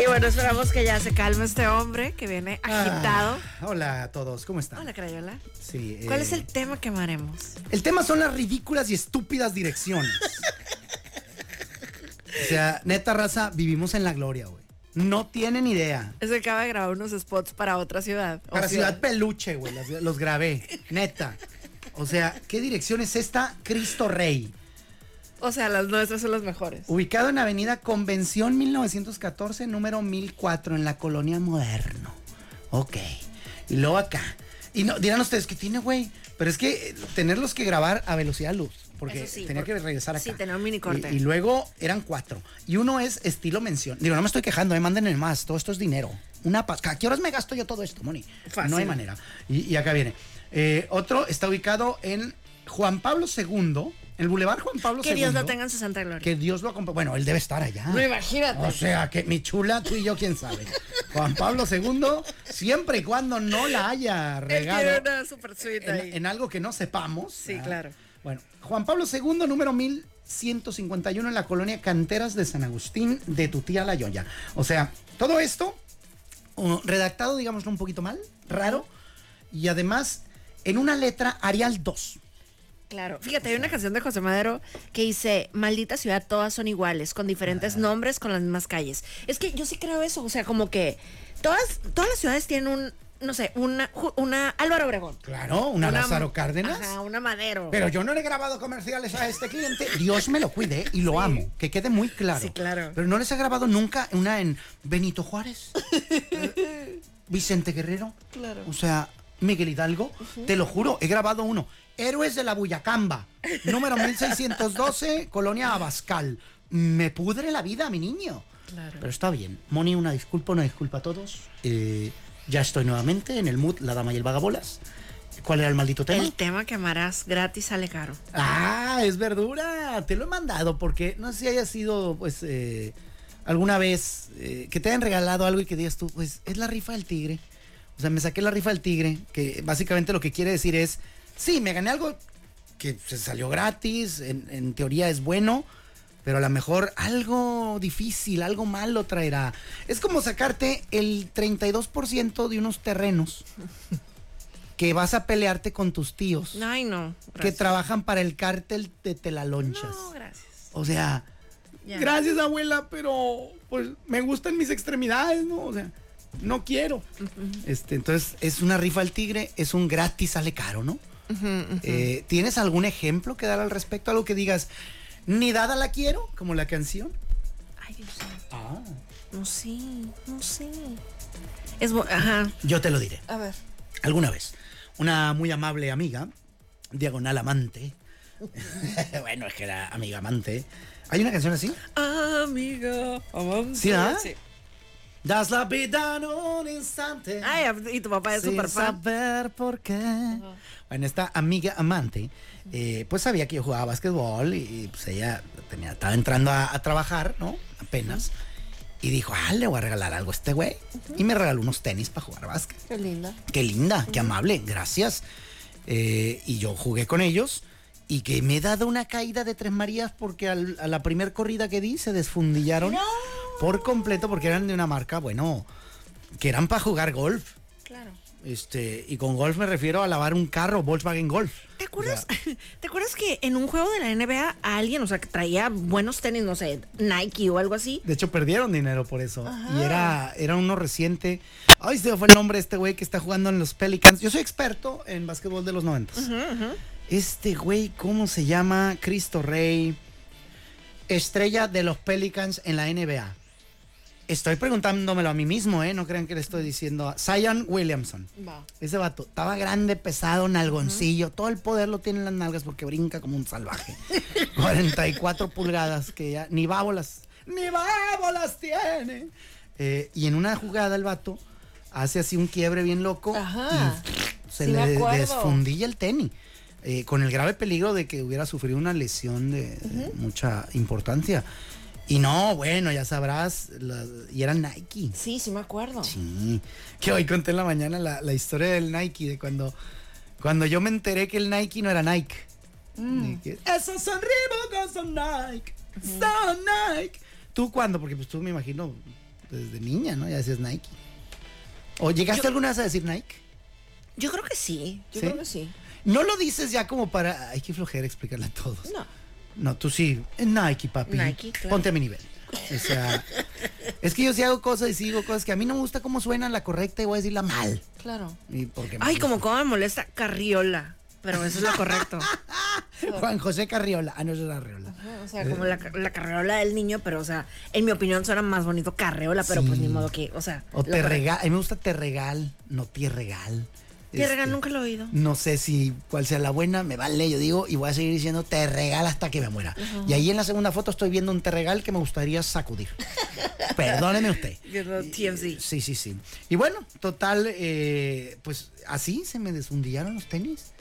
Y bueno, esperamos que ya se calme este hombre que viene agitado.
Ah, hola a todos, ¿cómo están?
Hola, Crayola.
Sí,
¿Cuál
eh,
es el tema que amaremos?
El tema son las ridículas y estúpidas direcciones. o sea, neta raza, vivimos en la gloria, güey. No tienen idea.
Es que acaba de grabar unos spots para otra ciudad. O
Para Ciudad Peluche, güey, las- los, grabé, neta. O sea, ¿qué dirección es esta? Cristo Rey.
O sea, las nuestras son las mejores.
Ubicado en Avenida Convención 1914, número 1004, en la colonia Moderno. Ok. Y luego acá. Y no, dirán ustedes, ¿qué tiene, güey? Pero es que eh, tenerlos que grabar a velocidad luz. Porque
Eso sí,
tenía
porque-
que regresar acá.
sí, tener un mini corte.
Y, y luego eran cuatro. Y uno es estilo mención. Digo, no me estoy quejando, eh, mándenme más. Todo esto es dinero. Una pasca. ¿A qué horas me gasto yo todo esto, Moni?
Fácil.
No hay manera. Y, y acá viene. Eh, otro está ubicado en Juan Pablo II, el Boulevard Juan Pablo
que
II.
Dios lo tenga en su santa gloria.
Que Dios lo acompañe. Bueno, él debe estar allá.
No, imagínate.
O sea, que mi chula, tú y yo, quién sabe. Juan Pablo II, siempre y cuando no la haya
Él quiere
regado
una super suite ahí.
en, en algo que no sepamos.
Sí,
Ah,
claro.
Bueno, Juan Pablo II, número 1151 en la colonia Canteras de San Agustín de tu tía La Yoya. O sea, todo esto uh, redactado, digámoslo, un poquito mal, raro, y además en una letra Arial 2.
Claro. Fíjate, hay una canción de José Madero que dice, maldita ciudad, todas son iguales, con diferentes nombres, con las mismas calles. Es que yo sí creo eso, o sea, como que todas, todas las ciudades tienen un, no sé, una, ju- una Álvaro Obregón.
Claro, una, Lázaro Cárdenas.
Ajá, una Madero.
Pero yo no le he grabado comerciales a este cliente. Dios me lo cuide y lo amo. Que quede muy claro.
Sí, claro.
Pero no les he grabado nunca una en Benito Juárez, eh, Vicente Guerrero.
Claro.
O sea, Miguel Hidalgo. Te lo juro, he grabado uno. Héroes de la Buyacamba, número 1612, Colonia Abascal. Me pudre la vida, mi niño.
Claro.
Pero está bien. Moni, una disculpa, una disculpa a todos. Eh, ya estoy nuevamente en el mood La Dama y el Vagabolas. ¿Cuál era el maldito tema?
El tema que amarás gratis sale caro.
Ah, es verdura. Te lo he mandado porque no sé si haya sido, pues, eh, alguna vez eh, que te hayan regalado algo y que digas tú, pues, es la rifa del tigre. O sea, me saqué la rifa del tigre, que básicamente lo que quiere decir es, sí, me gané algo que se salió gratis, en, en teoría es bueno, pero a lo mejor algo difícil, algo malo traerá. Es como sacarte el 32% de unos terrenos que vas a pelearte con tus tíos
Ay, no.
que
Gracias.
trabajan para el cártel de telalonchas.
No, gracias.
O sea,
Ya.
gracias abuela, pero pues me gustan mis extremidades, ¿no? O sea, no quiero. Este, entonces es una rifa al tigre, es un gratis, sale caro, ¿no? Eh, ¿Tienes algún ejemplo que dar al respecto? Algo que digas, ni dada la quiero, como la canción.
Ay, Dios mío.
Ah.
No sé, no sé. Es bu- ajá.
Yo te lo diré.
A ver.
alguna vez una muy amable amiga, diagonal amante. bueno, es que era amiga amante. ¿Hay una canción así?
Amiga, amante.
¿Sí, ah? Das la vida en un instante.
Ay, y tu papá Ah, es
sin
súper fan.
saber por qué. Bueno, esta amiga amante, eh, pues sabía que yo jugaba básquetbol y, y, pues ella tenía, estaba entrando a, a trabajar, ¿no? Apenas. Y dijo, ah, le voy a regalar algo a este güey. Y me regaló unos tenis para jugar básquet.
Qué linda.
Qué linda, qué amable, gracias. Eh, y yo jugué con ellos y que me he dado una caída de tres Marías porque al- a la primer corrida que di se desfundillaron por completo porque eran de una marca, bueno, que eran para jugar golf.
Claro.
Este, y con golf me refiero a lavar un carro, Volkswagen Golf.
¿Te acuerdas, ¿Te acuerdas que en un juego de la NBA a alguien, o sea, que traía buenos tenis, no sé, Nike o algo así?
De hecho, perdieron dinero por eso. Y era, era uno reciente. Ay, se me fue el nombre de este güey que está jugando en los Pelicans. Yo soy experto en básquetbol de los noventas. Este güey, ¿cómo se llama? Cristo Rey. Estrella de los Pelicans en la NBA. Estoy preguntándomelo a mí mismo, ¿eh? No crean que le estoy diciendo a Zion Williamson.
Va.
Ese vato estaba grande, pesado, nalgoncillo. Todo el poder lo tiene en las nalgas porque brinca como un salvaje. 44 pulgadas que ya ni bábolas, ni bábolas tiene. Eh, y en una jugada el vato hace así un quiebre bien loco
Ajá.
y se
Sí me
le
acuerdo.
desfundilla el tenis. eh, con el grave peligro de que hubiera sufrido una lesión de, de mucha importancia. Y no, bueno, ya sabrás, las- y era Nike.
Sí, sí me acuerdo.
Sí, que hoy conté en la mañana la, la historia del Nike, de cuando, cuando yo me enteré que el Nike no era Nike.
Mm.
De que, Esos son Reebok, son Nike, son Nike. ¿Tú cuándo? Porque pues tú me imagino desde niña, ¿no? Ya decías Nike. ¿O llegaste alguna vez a decir Nike?
Yo creo que sí. Yo
¿Sí?
creo que sí.
No lo dices ya como para, hay que flojera explicarle a todos.
No.
No, tú sí. "Eh, Nike, papi.
Nike, claro.
Ponte a mi nivel. O sea, es que yo sí hago cosas y sí digo cosas que a mí no me gusta cómo suena la correcta y voy a decirla mal.
Claro.
Y porque me
Ay,
gusta.
como cómo me molesta carriola. Pero eso es lo correcto.
Juan José Carriola. Ah, no, eso era Arriola.
O
Eh,
sea, como la, la carriola del niño, pero, o sea, en mi opinión suena más bonito carriola, pero
Sí.
pues ni modo que, o sea.
O
lo
te
correcto.
regal. A mí me gusta te regal, no te regal.
Te
Este,
regal nunca lo he oído.
No sé si cuál sea la buena, me vale, yo digo, y voy a seguir diciendo te regal hasta que me muera. Y ahí en la segunda foto estoy viendo un te regal que me gustaría sacudir. Perdóneme usted.
Viendo TMZ.
Sí, sí, sí. Y bueno, total, eh, pues así se me desfundillaron los tenis.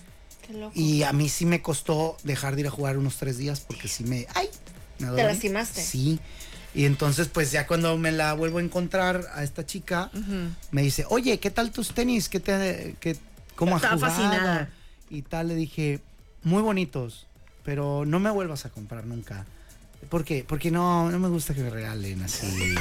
Qué loco.
Y a mí sí me costó dejar de ir a jugar unos tres días porque sí me... ¡Ay! Me dolió.
lastimaste?
Sí. Y entonces, pues ya cuando me la vuelvo a encontrar a esta chica, me dice, oye, ¿qué tal tus tenis? ¿Qué te, qué, ¿Cómo has
Estaba
jugado?
fascinada.
Y tal, le dije, muy bonitos, pero no me vuelvas a comprar nunca. ¿Por qué? Porque no, no me gusta que me regalen así.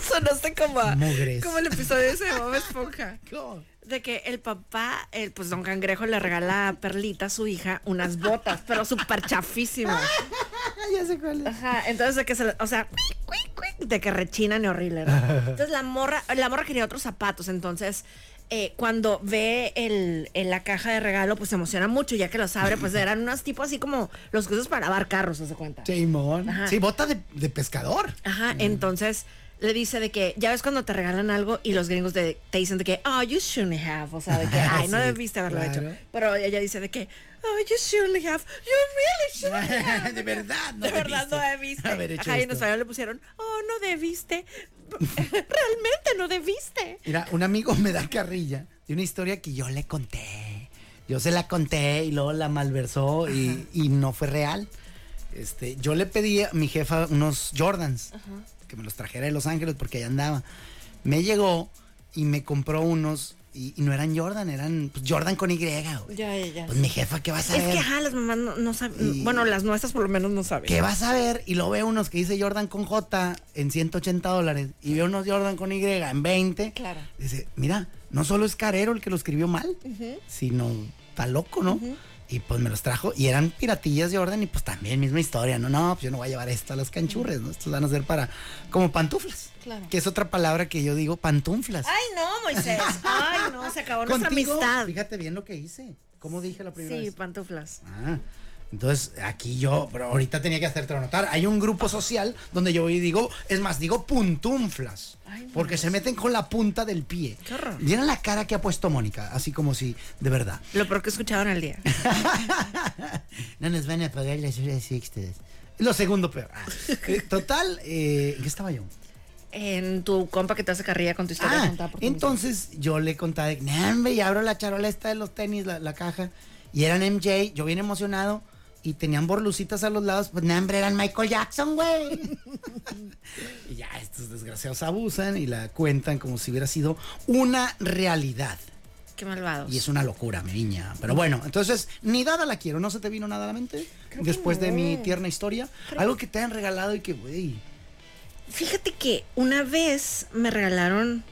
Sonaste como, a-
Mugres.
como el episodio ese de Bob Esponja.
No.
De que el papá, el, pues don Cangrejo le regala a Perlita, su hija, unas botas, pero súper chafísimas.
ya sé cuál es.
Ajá, entonces de que se, o sea, de que rechinan y horrible, ¿no? Entonces la morra, la morra quería otros zapatos, entonces eh, cuando ve el, en la caja de regalo, pues se emociona mucho, ya que los abre, pues eran unos tipos así como los que usas para lavar carros, ¿se cuenta?
Simón.
Ajá.
Sí, bota de, de pescador.
Ajá, entonces le dice de que, ya ves cuando te regalan algo y los gringos de- te dicen de que, oh, you shouldn't have, o sea, de que, ay, no
Sí,
debiste haberlo
claro.
hecho. Pero ella dice de que, oh, you shouldn't have, you really shouldn't have.
de verdad, no
de verdad no
debiste
debiste.
haber hecho
Ajá, y en
esto.
español le pusieron, oh, no debiste, realmente no debiste.
Mira, un amigo me da carrilla de una historia que yo le conté. Yo se la conté y luego la malversó y, y no fue real. Este, yo le pedí a mi jefa unos Jordans que me los trajera de Los Ángeles porque allá andaba. Me llegó y me compró unos y, y no eran Jordan, eran pues, Jordan con Y. güey.
Ya, ya, ya.
Pues mi jefa, ¿qué vas a
Es
ver?
que, ajá, las mamás no, no saben,
Y-
bueno, las nuestras por lo menos no saben.
que vas a ver y lo veo unos que dice Jordan con J en 180 dólares y veo unos Jordan con Y en 20.
Claro.
Dice, mira, no solo es Carero el que lo escribió mal, sino está loco, ¿no? Y pues me los trajo y eran piratillas de Jordan y pues también misma historia, no, no, pues yo no voy a llevar esto a las canchurres, ¿no? Estos van a ser para como pantuflas.
Claro.
Que es otra palabra que yo digo, pantuflas.
Ay, no, Moisés, ay, no, se acabó nuestra
Contigo,
amistad.
Fíjate bien lo que hice. ¿Cómo dije la primera
Sí,
vez?
pantuflas.
Ah, entonces aquí yo, pero ahorita tenía que hacerte notar. Hay un grupo social donde yo voy y digo, es más, digo puntunflas.
Ay, no.
porque se meten con la punta del pie.
Qué horror.
Vieron la cara que ha puesto Mónica, así como si, de verdad.
Lo peor que he escuchado en el día.
no nos van a pagar las horas extras. Lo segundo peor. Ah, eh, Total, eh, ¿en qué estaba yo?
En tu compa que te hace carrilla con tu historia.
Ah,
contada por ti mismo.
entonces yo le contaba, de que, "Nah, hombre, y abro la charola esta de los tenis, la, la caja, y eran MJ, yo bien emocionado, y tenían borlucitas a los lados, pues, nah, hombre, eran Michael Jackson, güey. y ya, estos desgraciados abusan y la cuentan como si hubiera sido una realidad.
Qué malvados.
Y es una locura, mi niña. Pero bueno, entonces, ni dada la quiero. ¿No se te vino nada a la mente?
Creo que
Después de
no.
mi tierna historia. Algo que te han regalado y que, güey.
Fíjate que una vez me regalaron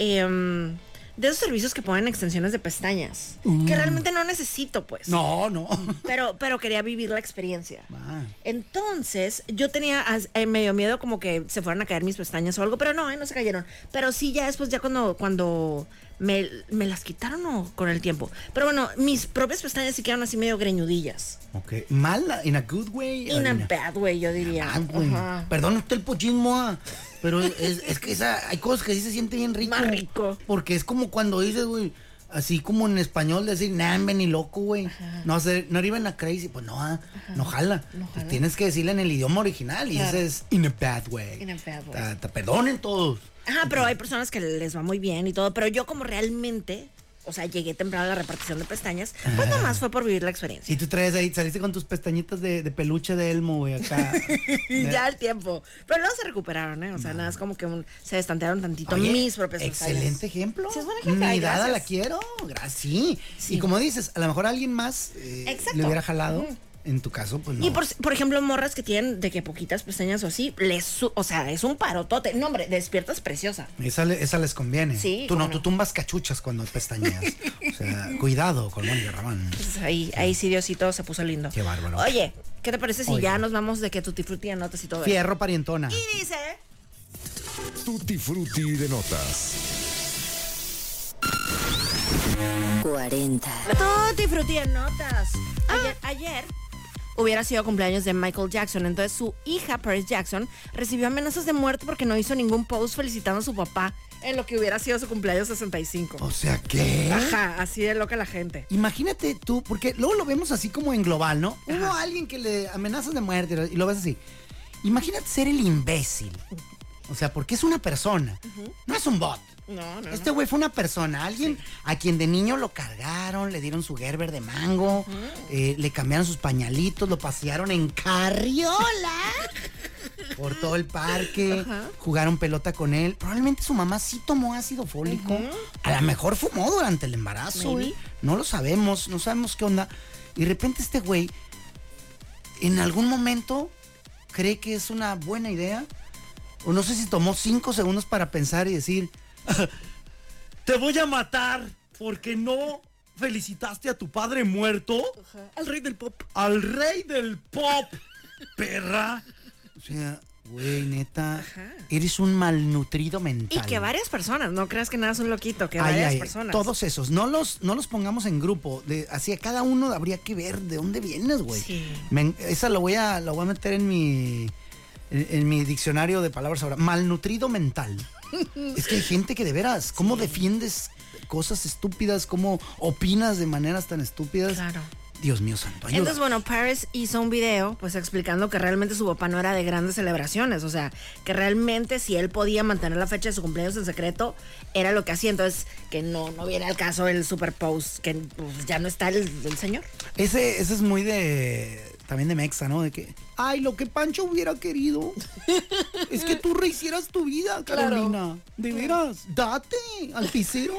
em, de esos servicios que ponen extensiones de pestañas.
Mm.
Que realmente no necesito, pues.
No, no.
Pero, pero quería vivir la experiencia.
Ah.
Entonces, yo tenía as- eh, medio miedo como que se fueran a caer mis pestañas o algo, pero no, eh, no se cayeron. Pero sí, ya después, ya cuando, cuando me, me las quitaron o con el tiempo. Pero bueno, mis propias pestañas sí quedaron así medio greñudillas.
Ok. Mala, in a good way.
In a
Adina.
bad way, yo diría.
Ah, güey.
Ajá.
Perdón usted el pochismo, ah, pero es, es que esa, hay cosas que sí se siente bien rico.
Más rico.
Porque es como cuando dices, güey, así como en español, decir, nah, hombre, ni loco, güey. No sé, no arriba en la crazy. Pues no, ah, no jala. Pues Tienes que decirle en el idioma original y
Claro.
ese es in a bad way.
In a bad way.
Ta- ta- perdonen todos.
Ajá, pero hay personas que les va muy bien y todo. Pero yo como realmente, o sea, llegué temprano a la repartición de pestañas, pues nomás fue por vivir la experiencia.
Si tú traes ahí, saliste con tus pestañitas de, de peluche de Elmo, güey, acá.
Y ya el tiempo. Pero luego se recuperaron, ¿eh? O sea, nada, es como que un- se destantearon tantito
Oye,
mis propias pestañas.
Excelente ejemplo.
Sí, es buen ejemplo. Ay,
Ni dada
gracias.
la quiero. Gracias. Sí.
Sí.
Y como dices, a lo mejor alguien más eh,
Exacto.
le hubiera jalado. En tu caso, pues no.
Y por, por ejemplo, morras que tienen de que poquitas pestañas o así, les su- o sea, es un parotote. No, hombre, despiertas preciosa.
Esa, le- esa les conviene.
Sí,
tú no,
cómo no.
tú tumbas cachuchas cuando pestañeas. o sea, cuidado con Mónica Ramón.
Pues ahí, ahí sí Diosito se puso lindo.
Qué bárbaro.
Oye, ¿qué te parece si
Oye.
ya nos vamos de que tu tifruti anotas y todo? eso?
Fierro parientona.
Y dice...
Tutti Frutti de notas.
40.
Tutti frutti en notas.
Ah.
Ayer, ayer hubiera sido cumpleaños de Michael Jackson, entonces su hija Paris Jackson recibió amenazas de muerte porque no hizo ningún post felicitando a su papá en lo que hubiera sido su cumpleaños 65.
O sea, ¿qué?
Ajá, así de loca la gente.
Imagínate tú, porque luego lo vemos así como en global, ¿no? Hubo alguien que le amenazas de muerte y lo ves así. Imagínate ser el imbécil. O sea, porque es una persona, no es un bot.
No, no.
Este güey fue una persona, alguien a quien de niño lo cargaron, le dieron su Gerber de mango, eh, le cambiaron sus pañalitos, lo pasearon en carriola por todo el parque, jugaron pelota con él. Probablemente su mamá sí tomó ácido fólico, a lo mejor fumó durante el embarazo,
Maybe.
¿eh? no lo sabemos, no sabemos qué onda. Y de repente este güey en algún momento cree que es una buena idea. O no sé si tomó cinco segundos para pensar y decir, te voy a matar porque no felicitaste a tu padre muerto. Al rey del pop. Al rey del pop, perra. O sea, güey, neta, eres un malnutrido
Y
mental.
que varias personas, no creas que nada es un loquito, que
Ay,
varias
ay,
personas.
Todos esos. No los, no los pongamos en grupo. De, así a cada uno habría que ver de dónde vienes, güey.
Sí.
Me en- Esa la voy a, la voy a meter en mi. En, en mi diccionario de palabras ahora. Malnutrido mental. es que hay gente que de veras, ¿cómo defiendes cosas estúpidas? ¿Cómo opinas de maneras tan estúpidas?
Claro.
Dios mío santo. ayuda.
Entonces, bueno, Paris hizo un video pues explicando que realmente su papá no era de grandes celebraciones, o sea, que realmente si él podía mantener la fecha de su cumpleaños en secreto, era lo que hacía, entonces que no, no viene al caso el super post, que pues, ya no está el, el señor.
Ese, ese es muy de. También de Mexa, ¿no? De que. Ay, lo que Pancho hubiera querido. es que tú rehicieras tu vida, Carolina. De veras. Date, alticero.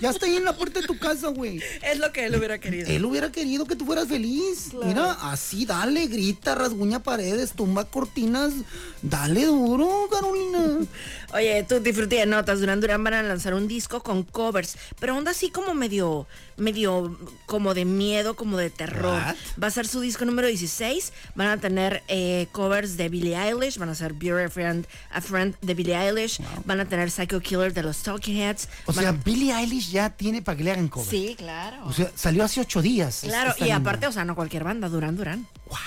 ya está ahí en la puerta de tu casa, güey.
Es lo que él hubiera querido.
Él hubiera querido que tú fueras feliz. Mira, así, dale, grita, rasguña paredes, tumba cortinas. Dale duro, Carolina.
Oye, tú disfruté de notas. Durán Durán van a lanzar un disco con covers, pero onda así como medio, medio, como de miedo, como de terror.
What?
Va a ser su disco número 16. Van a tener eh, covers de Billie Eilish, van a ser Beauty a Friend, a Friend de Billie Eilish, van a tener Psycho Killer de los Talking Heads.
O
van
sea,
a-
Billie Eilish ya tiene para que le hagan cover.
sí, claro.
O sea, salió hace ocho días.
claro,
esta
y
niña.
aparte, o sea, no cualquier banda, Durán Durán.
Wow.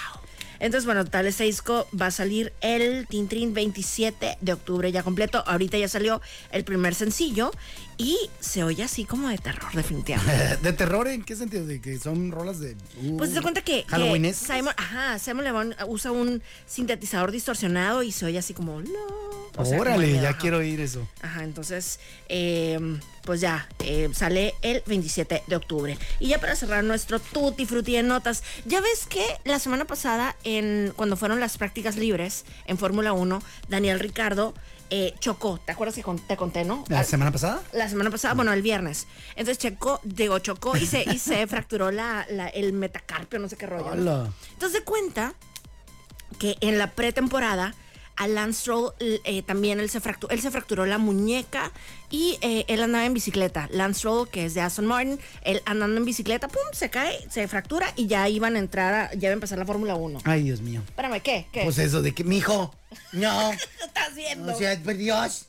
Entonces, bueno, tal ese disco va a salir el Tintrin 27 de octubre ya completo. Ahorita ya salió el primer sencillo y se oye así como de terror, definitivamente.
¿De terror en qué sentido? ¿De que son rolas de. uh,
Pues se cuenta que, que
Halloween es.
Simon, ajá, Simon Levon usa un sintetizador distorsionado y se oye así como. "Lo", o sea, como
Órale,
miedo,
ya
ajá.
quiero oír eso.
Ajá, entonces, eh, pues ya, eh, sale el 27 de octubre. Y ya para cerrar nuestro tutti frutti de notas, ya ves que la semana pasada, en, cuando fueron las prácticas libres en Fórmula 1, Daniel Ricardo eh, chocó. ¿Te acuerdas que con- te conté, no?
¿La
Al-
semana pasada?
la semana pasada, bueno, el viernes. Entonces chocó, digo, chocó y se, y se fracturó la, la- el metacarpio, no sé qué rollo. ¿no?
Hola.
Entonces de cuenta que en la pretemporada a Lance Stroll eh, también él se, fractu- él se fracturó la muñeca y eh, él andaba en bicicleta. Lance Stroll, que es de Aston Martin, él andando en bicicleta, pum, se cae, se fractura y ya iban a entrar, a- ya iba a empezar la Fórmula 1.
Ay, Dios mío.
Espérame, ¿qué? ¿Qué?
Ah. Pues eso de que, mijo, no.
estás viendo?
O sea, por Dios.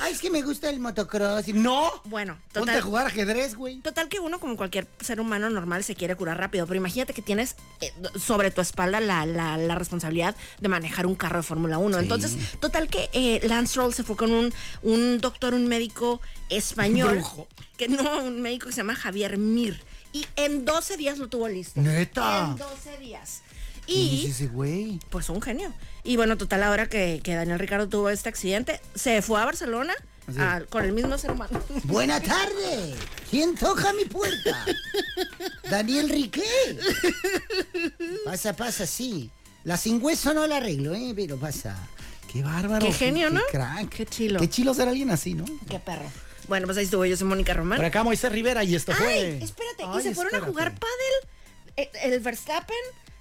Ay, es que me gusta el motocross. Y- No.
bueno,
Ponte a
total,
jugar ajedrez, güey.
Total que uno, como cualquier ser humano normal, se quiere curar rápido, pero imagínate que tienes eh, sobre tu espalda la, la- la responsabilidad de manejar un carro de Fórmula 1. Entonces, total que eh, Lance Stroll se fue con un, un doctor, un médico español.
Brujo.
Que no, un médico que se llama Javier Mir. Y en 12 días lo tuvo listo.
Neta.
En 12 días.
Y
Y
dice, güey.
pues un genio. Y bueno, total, ahora que, que Daniel Ricardo tuvo este accidente, se fue a Barcelona a- con el mismo ser humano.
Buena tarde. ¿Quién toca mi puerta? Daniel Riquet. Pasa, pasa, sí. La sin hueso no la arreglo, ¿eh? Pero pasa.
Qué bárbaro.
Qué genio, ¿no?
Qué crack.
Qué chilo.
Qué chilo ser alguien así, ¿no?
Qué perro. Bueno, pues ahí estuvo. Yo soy Mónica Román.
Por acá Moisés Rivera y esto
Ay,
fue.
espérate,
Ay,
y se fueron a
espérate.
jugar pádel eh, el, Verstappen,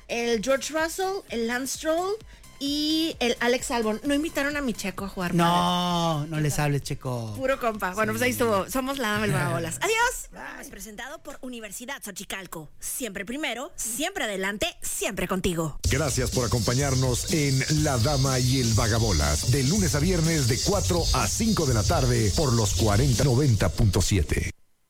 el George Russell, el Lance Stroll y el Alex Albon. No invitaron a mi checo a jugar pádel.
No, no les hables, checo.
Puro compa. Bueno, pues ahí estuvo. Somos la dama del Babolas. Adiós. Es presentado por Universidad Xochicalco. Siempre primero, siempre adelante, siempre contigo.
Gracias por acompañarnos en La Dama y el Vagabolas, de lunes a viernes de 4 a 5 de la tarde por los 4090.7.